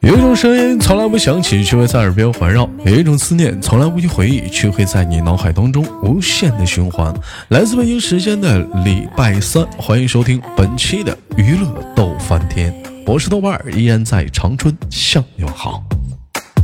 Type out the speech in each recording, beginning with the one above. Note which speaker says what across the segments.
Speaker 1: 有一种声音从来不响起，却会在耳边环绕；有一种思念从来不去回忆，却会在你脑海当中无限的循环。来自北京时间的礼拜三，欢迎收听本期的娱乐逗翻天，我是豆瓣儿，依然在长春向你们好。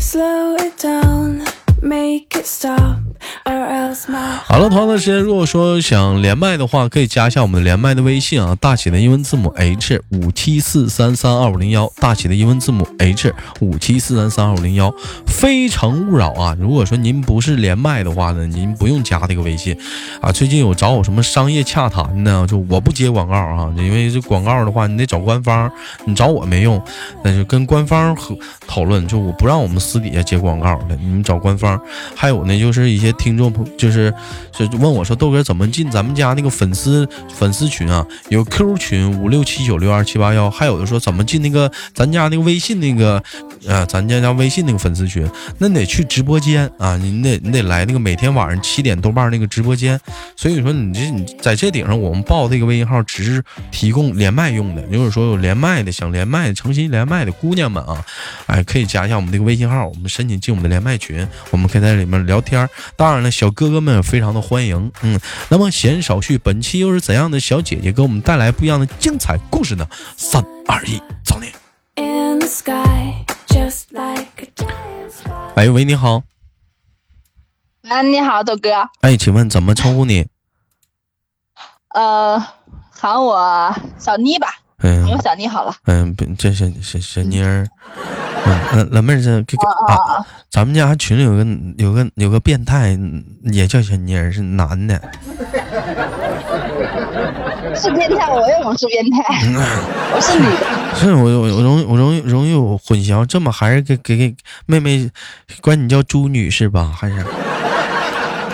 Speaker 2: Slow it down, make it stop, or else my
Speaker 1: 好了，同样的时间，如果说想连麦的话，可以加一下我们连麦的微信啊，大写的英文字母 H 五七四三三二五零幺，大写的英文字母 H 五七四三三二五零幺。非诚勿扰啊！如果说您不是连麦的话呢，您不用加这个微信啊。最近有找我什么商业洽谈呢？就我不接广告啊，因为这广告的话，你得找官方，你找我没用，那就跟官方和讨论，就我不让我们私底下接广告的，你们找官方。还有呢，就是一些听众朋，就是就问我说豆哥怎么进咱们家那个粉丝粉丝群啊？有 Q 群五六七九六二七八幺，还有的说怎么进那个咱家那个微信那个，呃，咱家家微信那个粉丝群，那你得去直播间啊，你得你得来那个每天晚上七点豆瓣那个直播间。所以说你这你在这顶上，我们报这个微信号只是提供连麦用的，就是说有连麦的想连麦的诚心连麦的姑娘们啊，哎，可以加一下我们这个微信号，我们申请进我们的连麦群，我们可以在里面聊天儿。当然了，小哥哥们也非常的欢迎，嗯。那么闲言少叙，本期又是怎样的小姐姐给我们带来不一样的精彩故事呢？三二一，走你！
Speaker 2: in the sky, just like a giant spot.
Speaker 1: 哎喂，你好，
Speaker 3: 啊，你好，豆哥，
Speaker 1: 哎，请问怎么称呼你？
Speaker 3: 呃，喊我小妮吧，喊我
Speaker 1: 嗯
Speaker 3: 小妮好了。
Speaker 1: 嗯，不这小小小妮儿，嗯，呃老妹儿这这个
Speaker 3: 啊
Speaker 1: 啊，咱们家群里有个有个有个变态，嗯也叫小妮儿，是男的。
Speaker 3: 是变态，我又不是变 态，我是女的。
Speaker 1: 是 我我我容易我容易容易有混淆，这么还是给给给妹妹管你叫朱女士吧，还是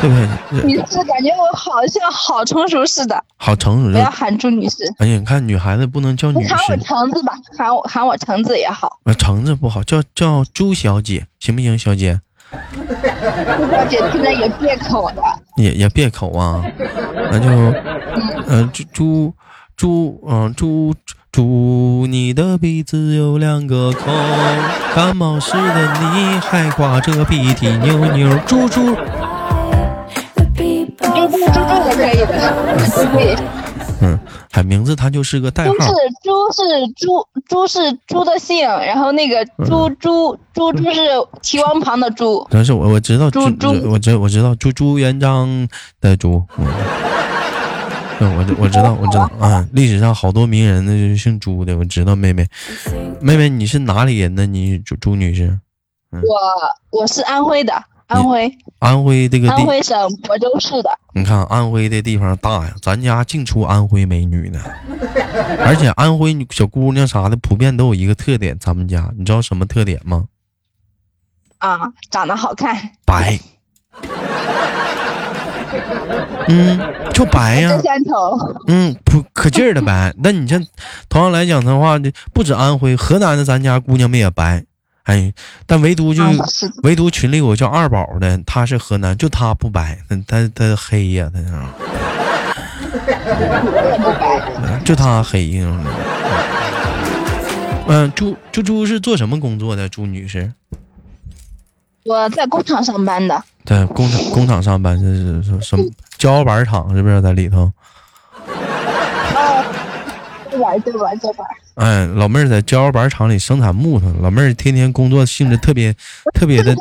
Speaker 1: 对不对？
Speaker 3: 你是感觉我好像好成熟似的，
Speaker 1: 好成熟
Speaker 3: 不
Speaker 1: 就
Speaker 3: 要喊朱女士，
Speaker 1: 哎呀，你看女孩子不能叫嗯
Speaker 3: 你
Speaker 1: 女
Speaker 3: 喊我
Speaker 1: 士，
Speaker 3: 橙子吧，喊我喊我橙子也好。
Speaker 1: 啊，橙子不好，叫叫朱小姐行不行？小姐
Speaker 3: 朱小姐听着也别口的，
Speaker 1: 也也别口啊，那就呃朱朱朱嗯朱朱，你的鼻子有两个孔，感冒时的你还挂着鼻涕扭扭，猪猪。
Speaker 2: The people
Speaker 3: 猪猪猪猪
Speaker 2: fly.
Speaker 3: 也可以的，猪猪也
Speaker 1: 嗯，哎，名字它就是个代
Speaker 3: 猪是
Speaker 1: 号，
Speaker 3: 猪是猪猪是猪的姓，然后那个
Speaker 1: 嗯
Speaker 3: 猪猪猪猪是提王旁的猪，
Speaker 1: 但是我我知道
Speaker 3: 猪猪
Speaker 1: 我知我知道朱朱元璋的朱，嗯，对，我知我知道我知 道
Speaker 3: 哦
Speaker 1: 啊，历史上好多名人那就是姓朱的，我知道妹妹，妹妹你是哪里人呢？你朱朱女士，
Speaker 3: 我我是安徽的，安徽。
Speaker 1: 安徽这个
Speaker 3: 安
Speaker 1: 地，
Speaker 3: 徽省亳州市的，
Speaker 1: 你看安徽这地方大呀，咱家净出安徽美女呢， 而且安徽女小姑娘啥的普遍都有一个特点，咱们家你知道什么特点吗？
Speaker 3: 啊，长得好 看，
Speaker 1: 白，嗯，就白呀、
Speaker 3: 真三头，
Speaker 1: 嗯，不可劲儿的白。那你像同样来讲的话，这不止安徽，河南的咱家姑娘们也白。哎，但唯独就、
Speaker 3: 啊是
Speaker 1: 唯独群里有个叫二宝的，她是河南，就她不白，她她她黑呀、她那
Speaker 3: 我也不白，
Speaker 1: 就她黑呀。嗯，朱朱朱是做什么工作的？朱女士
Speaker 3: 我在工厂上班的，
Speaker 1: 在工厂工厂上班，这是什什么
Speaker 3: 嗯
Speaker 1: 胶板厂是不是在里头？
Speaker 3: 这边儿这边儿这边儿，
Speaker 1: 哎，老妹儿在胶板厂里生产木头，老妹儿天天工作性质特别特别的，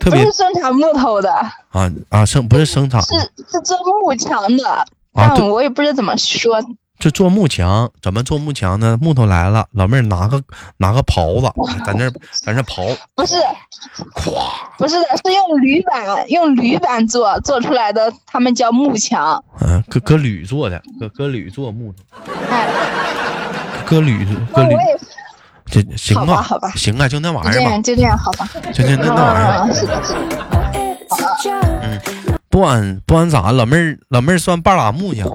Speaker 1: 特
Speaker 3: 不
Speaker 1: 别
Speaker 3: 是生产木头的，
Speaker 1: 啊啊生不是生产，
Speaker 3: 嗯是是做幕墙的，
Speaker 1: 啊
Speaker 3: 但
Speaker 1: 对
Speaker 3: 我也不知道怎么说，
Speaker 1: 就做幕墙，怎么做幕墙呢？木头来了，老妹儿拿个拿个刨子，在那儿在那儿刨，
Speaker 3: 不是，不是的，是用铝板用铝板做做出来的，他们叫幕墙，
Speaker 1: 嗯、搁搁铝做的，搁搁铝做木头，
Speaker 3: 哎，
Speaker 1: 搁铝
Speaker 3: 那
Speaker 1: 搁铝
Speaker 3: 我，也
Speaker 1: 这行
Speaker 3: 好吧好吧
Speaker 1: 行啊，就那玩意
Speaker 3: 就这
Speaker 1: 儿吧
Speaker 3: 样，就这样，好吧，
Speaker 1: 就就那那玩意儿吧。
Speaker 3: 嗯， 是的，是的
Speaker 2: It's a joke.
Speaker 1: 不管不管咋，老妹儿老妹儿算半拉木匠，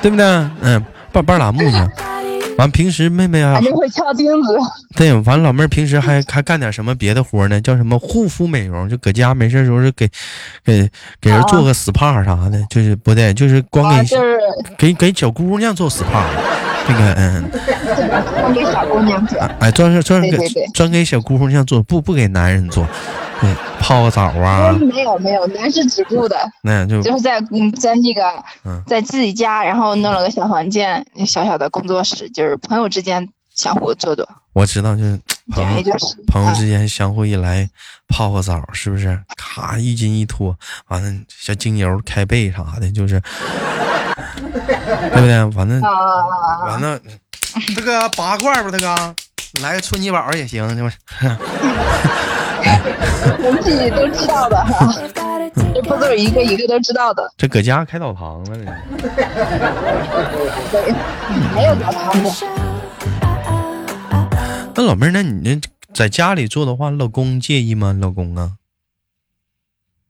Speaker 1: 对不对？嗯，半半拉木匠。完，平时妹妹啊
Speaker 3: 反，正会敲钉子，
Speaker 1: 对，完老妹儿平时还还干点什么别的活呢？叫什么护肤美容？就搁家没事儿的时候是给给给人做个 SPA 啥的，就是不对，就是光
Speaker 3: 啊，
Speaker 1: 给、
Speaker 3: 就是
Speaker 1: 给给小姑娘做 SPA，那个嗯，
Speaker 3: 对吧？专给小姑娘做。
Speaker 1: 哎，专是专给
Speaker 3: 对对对
Speaker 1: 专给小姑娘做，不不给男人做，嗯，泡个澡啊，
Speaker 3: 嗯没有没有，男士止步的，
Speaker 1: 那就
Speaker 3: 就是在嗯，在那个
Speaker 1: 嗯
Speaker 3: 在自己家，然后弄了个小房间，小小的工作室，就是朋友之间相互做做，
Speaker 1: 我知道，就是朋
Speaker 3: 简直
Speaker 1: 友
Speaker 3: 就是
Speaker 1: 朋友
Speaker 3: 啊
Speaker 1: 之间相互一来泡个澡，是不是？咔一筋一脱，完了小精油开背啥的， 就是，对不对？完了
Speaker 3: 啊啊啊！
Speaker 1: 完了，大哥拔罐吧，大哥，来个春泥宝也行，就是。
Speaker 3: 我们自己都知道的哈，
Speaker 2: I've gotta take
Speaker 3: 这不都是一个一个都知道的？
Speaker 1: 这搁家开澡堂子呢，
Speaker 3: 对，没有澡堂子。
Speaker 1: 那老妹儿，那你这在家里做的话，老公介意吗？老公啊，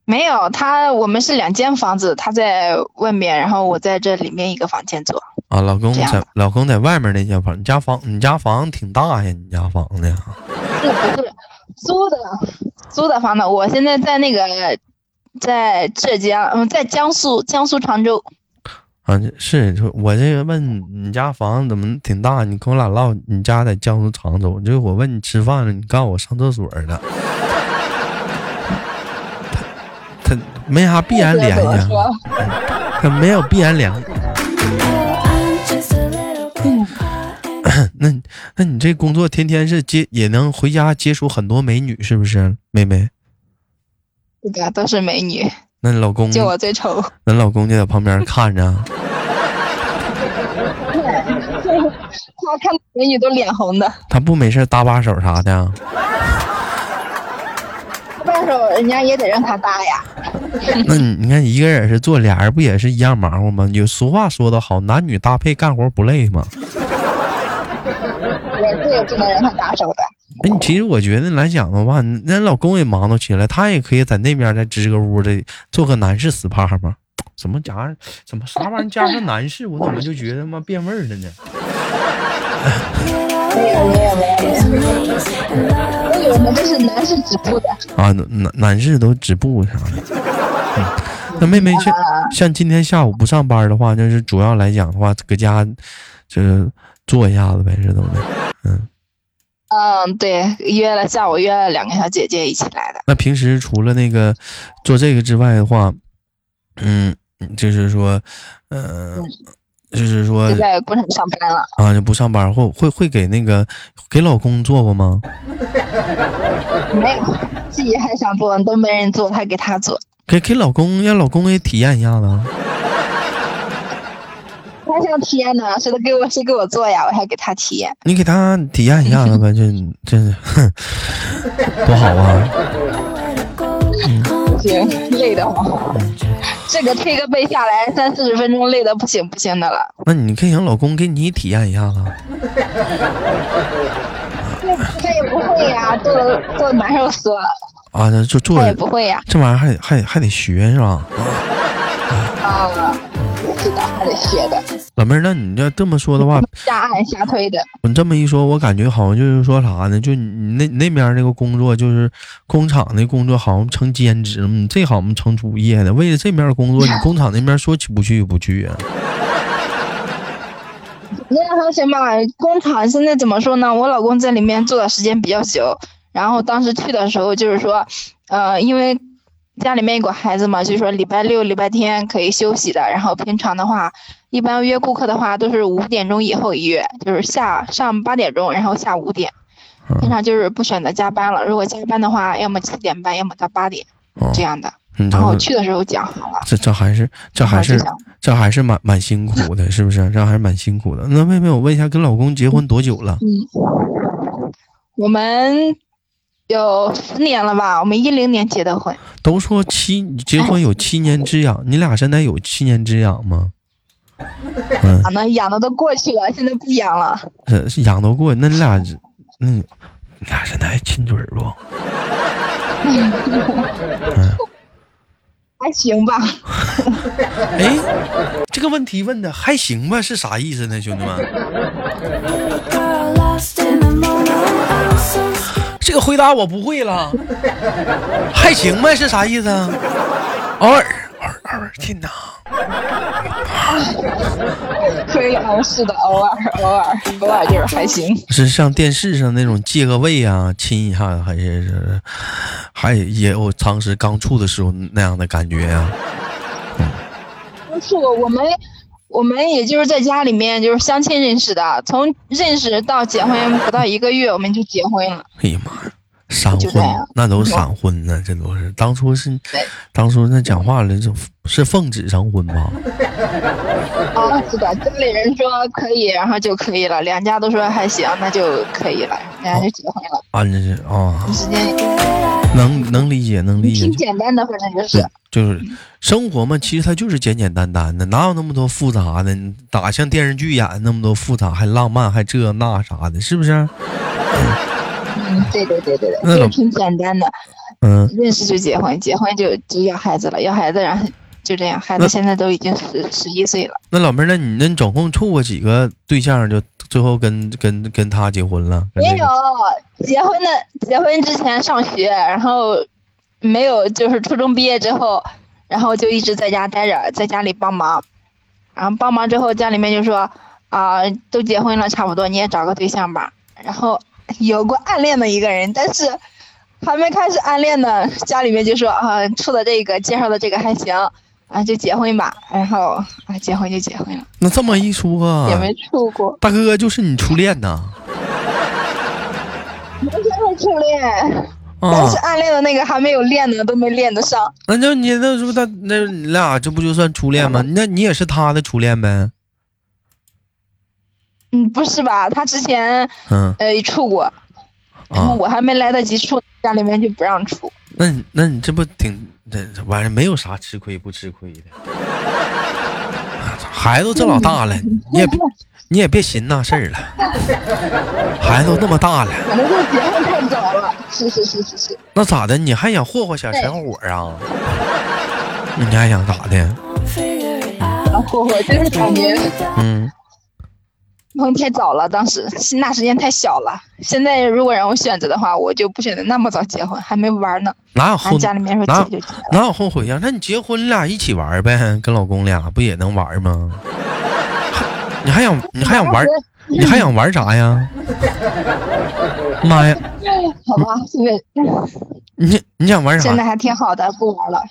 Speaker 3: 没有，他我们是两间房子，他在外面，然后我在这里面一个房间做。
Speaker 1: 啊，老公
Speaker 3: 这样
Speaker 1: 在
Speaker 3: 吧
Speaker 1: 老公在外面那间房，你家房你家房挺大呀，你家房子呀，
Speaker 3: 不是不是，租的租的房子，我现在在那个在浙江，嗯，在江苏江苏常州。
Speaker 1: 啊，是就我这个问你家房子怎么挺大？你跟我俩唠，你家在江苏常州，就是我问你吃饭了，你告诉我上厕所了，他他没啥必然联
Speaker 3: 怎么
Speaker 1: 系啊，
Speaker 3: 说？
Speaker 1: 他没有必然联系。那你那你这工作天天是接也能回家接触很多美女，是不是，妹妹？
Speaker 3: 对吧？都是美女，
Speaker 1: 那你老公，
Speaker 3: 就我最丑。
Speaker 1: 那老公就在旁边看着啊，
Speaker 3: 他看美女都脸红的，
Speaker 1: 他不没事搭把手啥的啊、
Speaker 3: 到时候人家也得让他搭呀。
Speaker 1: 那你你看一个人是做，俩人不也是一样忙活吗？有俗话说得好，男女搭配干活不累吗？
Speaker 3: 我这也不能让他搭手的。
Speaker 1: 哎，你其实我觉得来讲的话，那老公也忙叨起来，他也可以在那边再支个屋的做个男士 SPA 嘛。怎么加？怎么啥玩意儿加上男士，我怎么就觉得妈变味儿了呢？
Speaker 3: 所以我们这是男士止步的。
Speaker 1: 啊，男男士都止步啥的。嗯，那妹妹像像今天下午不上班的话，就是主要来讲的话，搁家就是做一下子呗，这都的。
Speaker 3: 嗯，对，约了下午约了两个小姐姐一起来的。
Speaker 1: 那平时除了那个做这个之外的话，嗯，就是说，呃，就是说
Speaker 3: 就在工厂上班了。
Speaker 1: 啊，就不上班或会会给那个给老公做过吗？
Speaker 3: 没有，自己还想做都没人做，还给他做。
Speaker 1: 给给老公让老公也体验一下子啊。
Speaker 3: 他想体验呢，谁都给我谁给我做呀，我还给他体验。
Speaker 1: 你给他体验一下子呗，这这哼 多好啊！
Speaker 3: 行，累得慌。这个推个背下来三四十分钟，累得不行不行的了。
Speaker 1: 那你可以让老公给你体验一下子。
Speaker 3: 他也不会呀，做的做的难受死了。
Speaker 1: 啊，那就做
Speaker 3: 他也不会呀，
Speaker 1: 这玩意儿还得还得还得学是吧？
Speaker 3: 啊，是的，还得学的，
Speaker 1: 老妹儿，那你这这么说的话，
Speaker 3: 下按下推的。
Speaker 1: 你这么一说，我感觉好像就是说啥呢？就你那那边那个工作，就是工厂那工作，好像成兼职，你这好像成主业的。为了这面工作，你工厂那边说去不去不去啊？
Speaker 3: 那还行吧，工厂现在怎么说呢？我老公在里面做的时间比较久，然后当时去的时候就是说，呃，因为家里面有个孩子嘛，就是说礼拜六、礼拜天可以休息的，然后平常的话，一般约顾客的话都是五点钟以后一约，就是下上八点钟，然后下五点。平常就是不选择加班了，如果加班的话，要么七点半，要么到八点
Speaker 1: 哦
Speaker 3: 这样的。
Speaker 1: 你
Speaker 3: 然后
Speaker 1: 瞅，
Speaker 3: 去的时候讲好了，
Speaker 1: 这这还是这还是这还是蛮蛮辛苦的，是不是？这还是蛮辛苦的。那妹妹，我问一下，跟老公结婚多久了？
Speaker 3: 我们有十年了吧？我们一零年结的婚，
Speaker 1: 都说七结婚有七年之痒，你俩现在有七年之痒吗？嗯
Speaker 3: 养的养的都过去了，现在不养了。
Speaker 1: 是是养都过，那你俩是，那你你俩现在还亲嘴儿不？
Speaker 3: 还行吧，
Speaker 1: 哎，这个问题问的还行吧？是啥意思呢，兄弟们？这个回答我不会了，还行吧？是啥意思啊？偶尔，偶尔，偶尔，天哪！
Speaker 3: 亏啊，是的，偶尔偶尔偶尔就是还行。
Speaker 1: 是像电视上那种借个位啊，亲一下，还是是还也有当时刚处的时候那样的感觉呀、啊
Speaker 3: 接触过我们，我们也就是在家里面就是相亲认识的，从认识到结婚不到一个月我们就结婚了。
Speaker 1: 哎呀妈呀，闪
Speaker 3: 就
Speaker 1: 婚
Speaker 3: 这样
Speaker 1: 那都是闪婚呢，这都是当初是
Speaker 3: 对，
Speaker 1: 当初那讲话了，这是奉旨成婚吧？
Speaker 3: 啊，是的，家里人说可以，然后就可以了，两家都说还行，那就可以了，然后就结婚了。
Speaker 1: 啊，这是啊，
Speaker 3: 时间
Speaker 1: 能能理解，能理解
Speaker 3: 挺，简单的，反正就是
Speaker 1: 对。嗯就是生活嘛，其实它就是简简单单的，哪有那么多复杂的？你打像电视剧演那么多复杂，还浪漫，还这那啥的，是不是？
Speaker 3: 嗯，对对对对对，
Speaker 1: 那
Speaker 3: 就
Speaker 1: 种
Speaker 3: 是挺简单的，
Speaker 1: 嗯，
Speaker 3: 认识就结婚，结婚就就要孩子了，要孩子然后就这样，孩
Speaker 1: 那
Speaker 3: 子现在都已经十十一岁了。
Speaker 1: 那老妹儿，那你那你总共处过几个对象，就最后跟跟跟他结婚了？跟
Speaker 3: 没
Speaker 1: 那个
Speaker 3: 有结婚的，结婚之前上学，然后没有就是初中毕业之后，然后就一直在家待着，在家里帮忙，然后帮忙之后家里面就说啊、都结婚了，差不多你也找个对象吧。然后有过暗恋的一个人，但是还没开始暗恋呢，家里面就说啊，处的这个介绍的这个还行。啊，就结婚吧，然后啊，结婚就结婚了，
Speaker 1: 那这么一说啊
Speaker 3: 也，没处过，
Speaker 1: 大哥就是你初恋呐
Speaker 3: 没没处恋。但
Speaker 1: 啊
Speaker 3: 是！暗恋的那个还没有练呢，都没练得上。
Speaker 1: 那就你那是不他那你俩这不就算初恋吗？那你也是他的初恋呗？
Speaker 3: 嗯，不是吧？他之前
Speaker 1: 嗯
Speaker 3: 呃处过，然后
Speaker 1: 啊，
Speaker 3: 我还没来得及处，家里面就不让处。
Speaker 1: 那你那你这不挺这这玩意儿没有啥吃亏不吃亏的。孩子这老大了，你也别你也别寻那事儿了。孩子都那么大了，
Speaker 3: 可能就是结婚太早了。是是是是是，
Speaker 1: 那咋的？你还想霍霍小小伙儿啊？ 你还想咋的？
Speaker 2: Figure it out.
Speaker 3: 霍霍就是感觉
Speaker 1: 嗯，
Speaker 3: 结婚太早了，当时是那时间太小了。现在如果让我选择的话，我就不选择那么早结婚，还没玩呢。
Speaker 1: 哪有
Speaker 3: 然后
Speaker 1: 后
Speaker 3: 啊家里面说
Speaker 1: 哪
Speaker 3: 结就结了。
Speaker 1: 哪有后悔呀、那你结婚俩一起玩儿呗，跟老公俩不也能玩儿吗？ 你还想你还想玩儿，你还想玩儿啥呀？妈呀，
Speaker 3: 好吧，现在
Speaker 1: 你你想玩儿
Speaker 3: 现在
Speaker 1: 啥？
Speaker 3: 还挺好的，不玩了。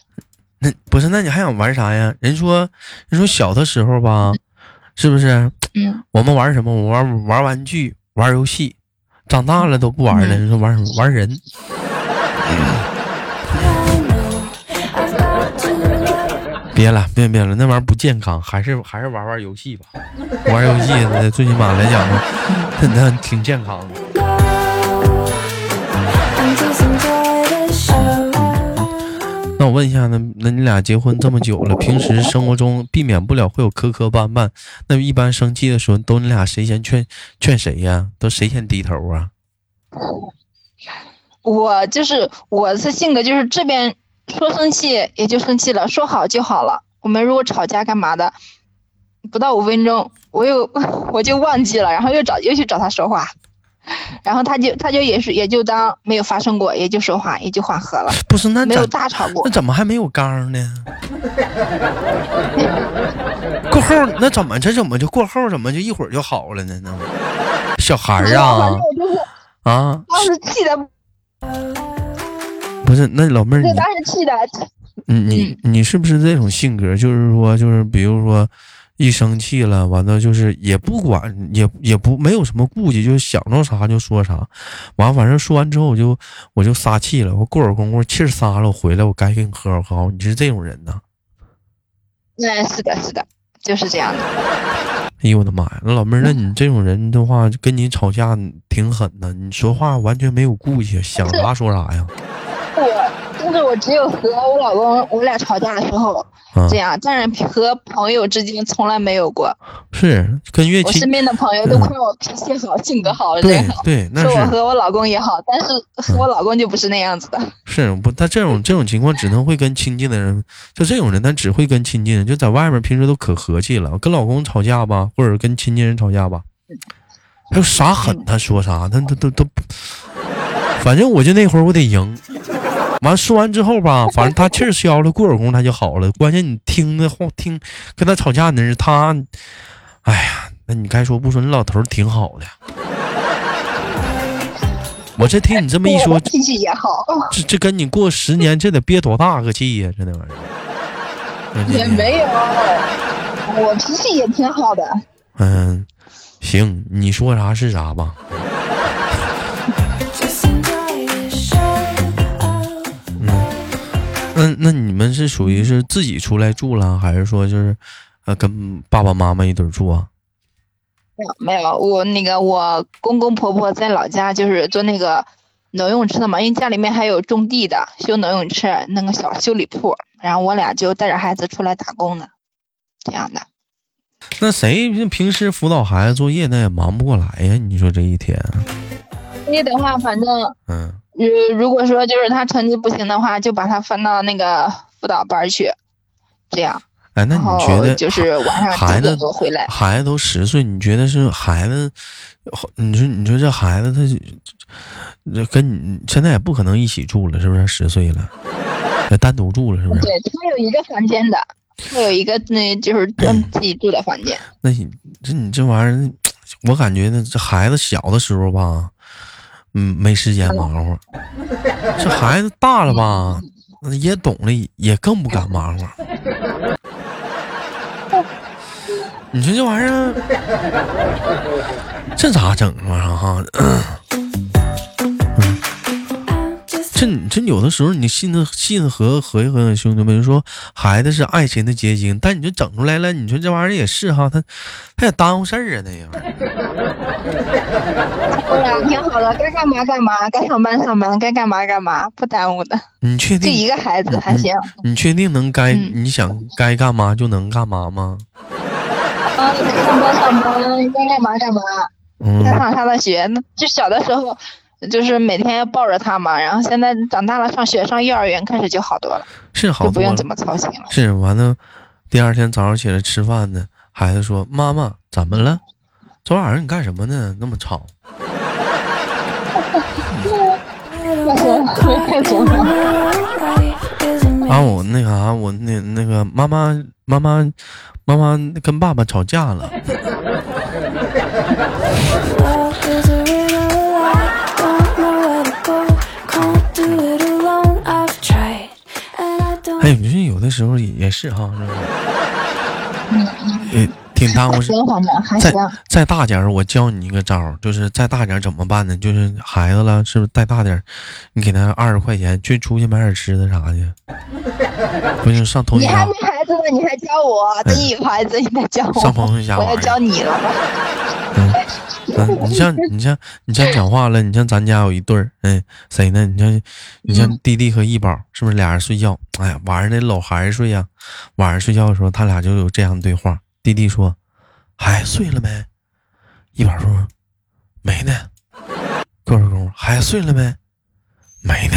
Speaker 1: 那不是，那你还想玩儿啥呀？人说人说小的时候吧，是不是？
Speaker 3: 嗯，
Speaker 1: 我们玩儿什么？我玩儿玩儿玩具，玩儿游戏，长大了都不玩儿了。
Speaker 3: 嗯
Speaker 1: 你说玩儿什么？玩儿人？
Speaker 2: I know I've got to love.
Speaker 1: 别了，别别了，那玩意儿不健康，还是还是玩玩游戏吧。玩游戏呃最起码来讲呢，那挺健康的。
Speaker 2: go and just enjoy the show.
Speaker 1: 那我问一下，那那你俩结婚这么久了，平时生活中避免不了会有磕磕绊绊，那一般生气的时候，都你俩谁先劝劝谁呀？都谁先低头啊？
Speaker 3: 我就是我的性格就是这边说生气也就生气了，说好就好了。我们如果吵架干嘛的，不到五分钟，我又我就忘记了，然后又找又去找他说话，然后他就他就也是也就当没有发生过，也就说话也就缓和了，
Speaker 1: 不是，那
Speaker 3: 没有
Speaker 1: 怎
Speaker 3: 大吵过
Speaker 1: 那。怎么还没有刚呢？ 过后那怎么这怎么就过后怎么就一会儿就好了呢？那小孩儿
Speaker 3: 反
Speaker 1: 啊
Speaker 3: 正我就是
Speaker 1: 啊，
Speaker 3: 当时气的，
Speaker 1: 不是那老妹儿你
Speaker 3: 对，当时气哎的，
Speaker 1: 你你你是不是这种性格？就是说，就是比如说，一生气了，完了就是也不管，也也不没有什么顾忌，就想着啥就说啥，完了反正说完之后我就我就撒气了，我过会儿功夫气儿撒了，我回来我该给你喝我喝，你是这种人呐？
Speaker 3: 嗯，是的，是的，就是这样的。
Speaker 1: 哎呦我的妈呀，那老妹儿，
Speaker 3: 嗯
Speaker 1: 那你这种人的话，跟你吵架挺狠的，你说话完全没有顾忌，想啥说啥呀？
Speaker 3: 我就是我只有和我老公我俩吵架的时候，
Speaker 1: 啊
Speaker 3: 这，样，但是和朋友之间从来没有过。
Speaker 1: 啊是跟越
Speaker 3: 我
Speaker 1: 亲
Speaker 3: 身，边的朋友都夸我脾气好、性格好，
Speaker 1: 嗯对
Speaker 3: 人好，
Speaker 1: 对，那
Speaker 3: 说我
Speaker 1: 是。嗯
Speaker 3: 和我老公也好，但是和我老公就不是那样子的。
Speaker 1: 是不？他这种这种情况只能会跟亲近的人，就这种人，他只会跟亲近人，就在外面平时都可和气了。跟老公吵架吧，或者跟亲近人吵架吧，他有啥狠，他说啥，他他都都，反正我就那会儿我得赢。完说完之后吧，反正他气儿消了，过会儿功夫他就好了。关键你听的话，听跟他吵架的人，他哎呀，那你该说不说，你老头儿挺好的。我这听你这么一
Speaker 3: 我
Speaker 1: 说，嗯
Speaker 3: 脾气也好，
Speaker 1: 这这跟你过十年，这得憋多大个气呀、这那玩意儿。
Speaker 3: 也没有，我脾气也挺好的。
Speaker 1: 嗯，行，你说啥是啥吧。
Speaker 2: Just enjoy the show.
Speaker 1: 那那你们是属于是自己出来住了，还是说就是，呃，跟爸爸妈妈一堆儿住啊？
Speaker 3: 没有，我那个我公公婆婆在老家就是做那个农用车的嘛，因为家里面还有种地的，修农用车那个小修理铺，然后我俩就带着孩子出来打工的，这样的。
Speaker 1: 那谁平时辅导孩子作业，那也忙不过来呀？你说这一天，啊
Speaker 3: 所以的话，反正
Speaker 1: 嗯，
Speaker 3: 如如果说就是他成绩不行的话，就把他分到那个辅导班儿去，这样，
Speaker 1: 哎，那
Speaker 3: 然
Speaker 1: 你
Speaker 3: 后
Speaker 1: 觉得
Speaker 3: 哦就是晚上
Speaker 1: 孩子
Speaker 3: 九点多回来。
Speaker 1: 孩子都十岁，你觉得是孩子？你说你说这孩子他，这跟你现在也不可能一起住了，是不是？十岁了，得单独住了，是不是？
Speaker 3: 对他有一个房间的，他有一个那就是 专自己住的房间。
Speaker 1: 那你这你这玩意儿，我感觉呢，这孩子小的时候吧，嗯，没时间忙活；这孩子大了吧，也懂了，也更不敢忙活。你说这玩意儿，这咋整啊？哈，
Speaker 2: I'm just
Speaker 1: 这你这有的时候你信的信和合一合，兄弟们就说孩子是爱情的结晶，但你就整出来了，你说这玩意儿也是哈，他他也耽误事儿啊，那玩意儿。
Speaker 3: 对呀、挺好的，该干嘛干嘛，该上班上班，该干嘛干嘛，不耽误的。
Speaker 1: 你确
Speaker 3: 就
Speaker 1: 定？
Speaker 3: 一个孩子还行，
Speaker 1: 你确定能该、
Speaker 3: 嗯
Speaker 1: 你想该干嘛就能干嘛吗？
Speaker 3: 啊，该上班上班，该干嘛干嘛，
Speaker 1: 嗯
Speaker 3: 该，上他的学。那就小的时候，就是每天抱着他嘛，然后现在长大了上学上幼儿园开始就好多了，
Speaker 1: 是好
Speaker 3: 就不
Speaker 1: 多了
Speaker 3: 用怎。么操心了。
Speaker 1: 是完了，第二天早上起来吃饭呢，孩子说：“妈妈，怎么了？昨晚上你干什么呢？那么吵。
Speaker 2: right is amazing.
Speaker 1: 啊，我那啥、我那那个妈妈，妈妈，妈妈跟爸爸吵架了。
Speaker 2: Love is a riddle I don't know where to go. Can't do it alone. I've tried, and I don't
Speaker 1: 哎，你说有的时候也也是哈，是吧？也挺耽误
Speaker 3: 还
Speaker 1: 事
Speaker 3: 嗯行，反正还
Speaker 1: 啊再
Speaker 3: 行。
Speaker 1: 再大点儿，我教你一个招儿，就是再大点儿怎么办呢？就是孩子了，是不是再大点儿，你给他二十块钱，去出去买点吃的啥去，不行上同
Speaker 3: 你
Speaker 1: 学
Speaker 3: 还
Speaker 1: 家
Speaker 3: 没孩子呢，你还教
Speaker 1: 哎
Speaker 3: 我？等你有孩子，你再教我。
Speaker 1: 上朋友家
Speaker 3: 我
Speaker 1: 玩
Speaker 3: 要
Speaker 1: 儿去。
Speaker 3: 教你了吧？
Speaker 1: 嗯，你像你像你像讲话了，你像咱家有一对儿，嗯，谁呢？你像你像弟弟和一宝，是不是俩人睡觉？哎呀，晚上得搂孩子睡呀、晚上睡觉的时候，他俩就有这样的对话。弟弟说：“孩子睡了没？”一宝说：“没呢。”过了会儿功夫，孩子睡了没？没呢。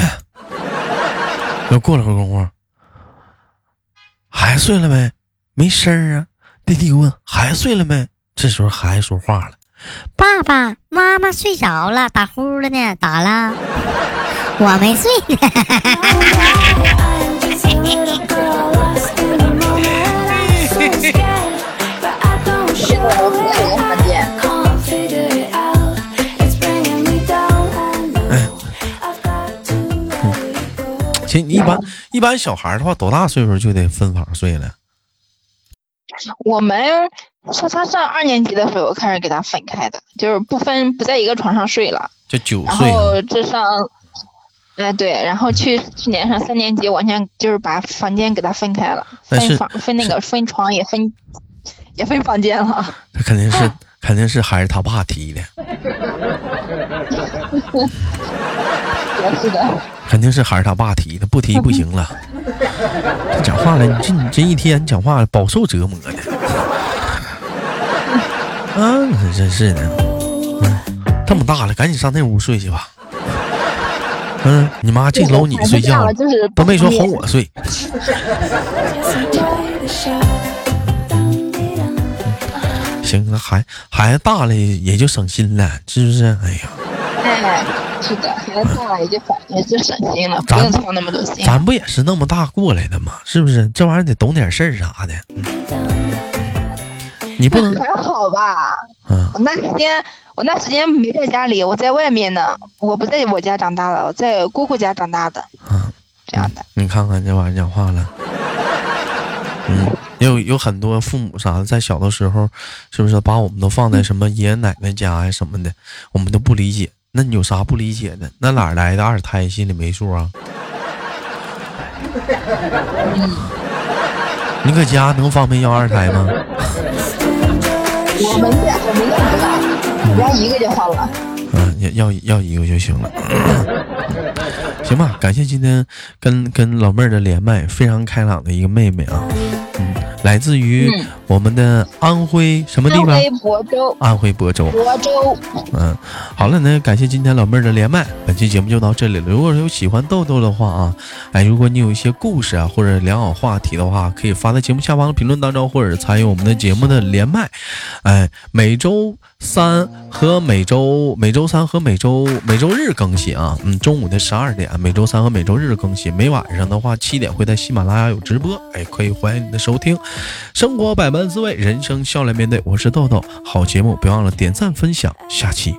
Speaker 1: 又过了会儿功夫，孩子睡了没？没声儿啊。弟弟问：“孩子睡了没？”这时候孩子说话了。
Speaker 4: 爸爸妈妈睡着了，打呼了呢，咋了？ 我没睡呢。
Speaker 2: I'm just a little girl lost in the moment. I'm so scared, but I don't show it. I can't figure it out. It's bringing me down. I know I've got to let it go.
Speaker 1: 其实一般
Speaker 3: 嗯
Speaker 1: 一般小孩儿的话，多大岁数就得分房睡了？
Speaker 3: 我们是他上二年级的时候开始给他分开的，就是不分不在一个床上睡了。
Speaker 1: 就九
Speaker 3: 然
Speaker 1: 岁了
Speaker 3: 后这上，哎对，然后去去年上三年级完全就是把房间给他分开了，
Speaker 1: 但
Speaker 3: 分
Speaker 1: 是
Speaker 3: 房分那个分床也分也分房间了。
Speaker 1: 他肯定 是肯定是还是他爸踢的，
Speaker 3: 也是的，
Speaker 1: 肯定是还是他爸踢的，不踢不行了。这讲话了，你这你这一天讲话饱受折 磨的。啊，你真是的，嗯，这么大了，赶紧上那屋睡去吧。嗯，你妈净搂你睡觉
Speaker 3: 了，哎就是嗯
Speaker 1: 都没说哄我睡。
Speaker 2: Just enjoy the show. Dum-dee-dum.
Speaker 1: 行，那孩孩子大了也也就省心了，是不是？哎呀。
Speaker 3: 哎，是的，孩子大了也就反也就省心了，不
Speaker 1: 咱
Speaker 3: 用操那么多心。
Speaker 1: 咱不也是那么大过来的吗？是不是？这玩意儿得懂点事儿啥的。嗯你不能
Speaker 3: 还好吧？
Speaker 1: 啊，
Speaker 3: 我那时间我那时间没在家里，我在外面呢。我不在我家长大的，我在姑姑家长大的。
Speaker 1: 啊，
Speaker 3: 这样的。
Speaker 1: 你看看这玩意儿讲话了。嗯，也有有很多父母啥的，在小的时候，是不是把我们都放在什么爷爷奶奶家呀什么的，我们都不理解。那你有啥不理解的？那哪儿来的二胎？心里没数啊？你搁家能方便要二胎吗？
Speaker 3: 我们家我们家不大，我家一个就好了。
Speaker 1: 嗯，要要要一个就行了。 行吧，感谢今天跟跟老妹儿的连麦，非常开朗的一个妹妹啊，嗯，来自于我们的安徽什么地
Speaker 3: 嗯安
Speaker 1: 方？
Speaker 3: 徽亳州，
Speaker 1: 安徽亳州。
Speaker 3: 亳州，
Speaker 1: 嗯，好了，那感谢今天老妹儿的连麦，本期节目就到这里了。如果有喜欢豆豆的话啊，哎，如果你有一些故事啊或者良好话题的话，可以发在节目下方的评论当中，或者参与我们的节目的连麦。哎，每周三和每周每周三和每周每周日更新啊，嗯，中午的十二点，每周三和每周日更新。每晚上的话，七点会在喜马拉雅有直播，哎，可以欢迎你的收听。生活百般滋味，人生笑来面对。我是豆豆，好节目，别忘了点赞分享，下期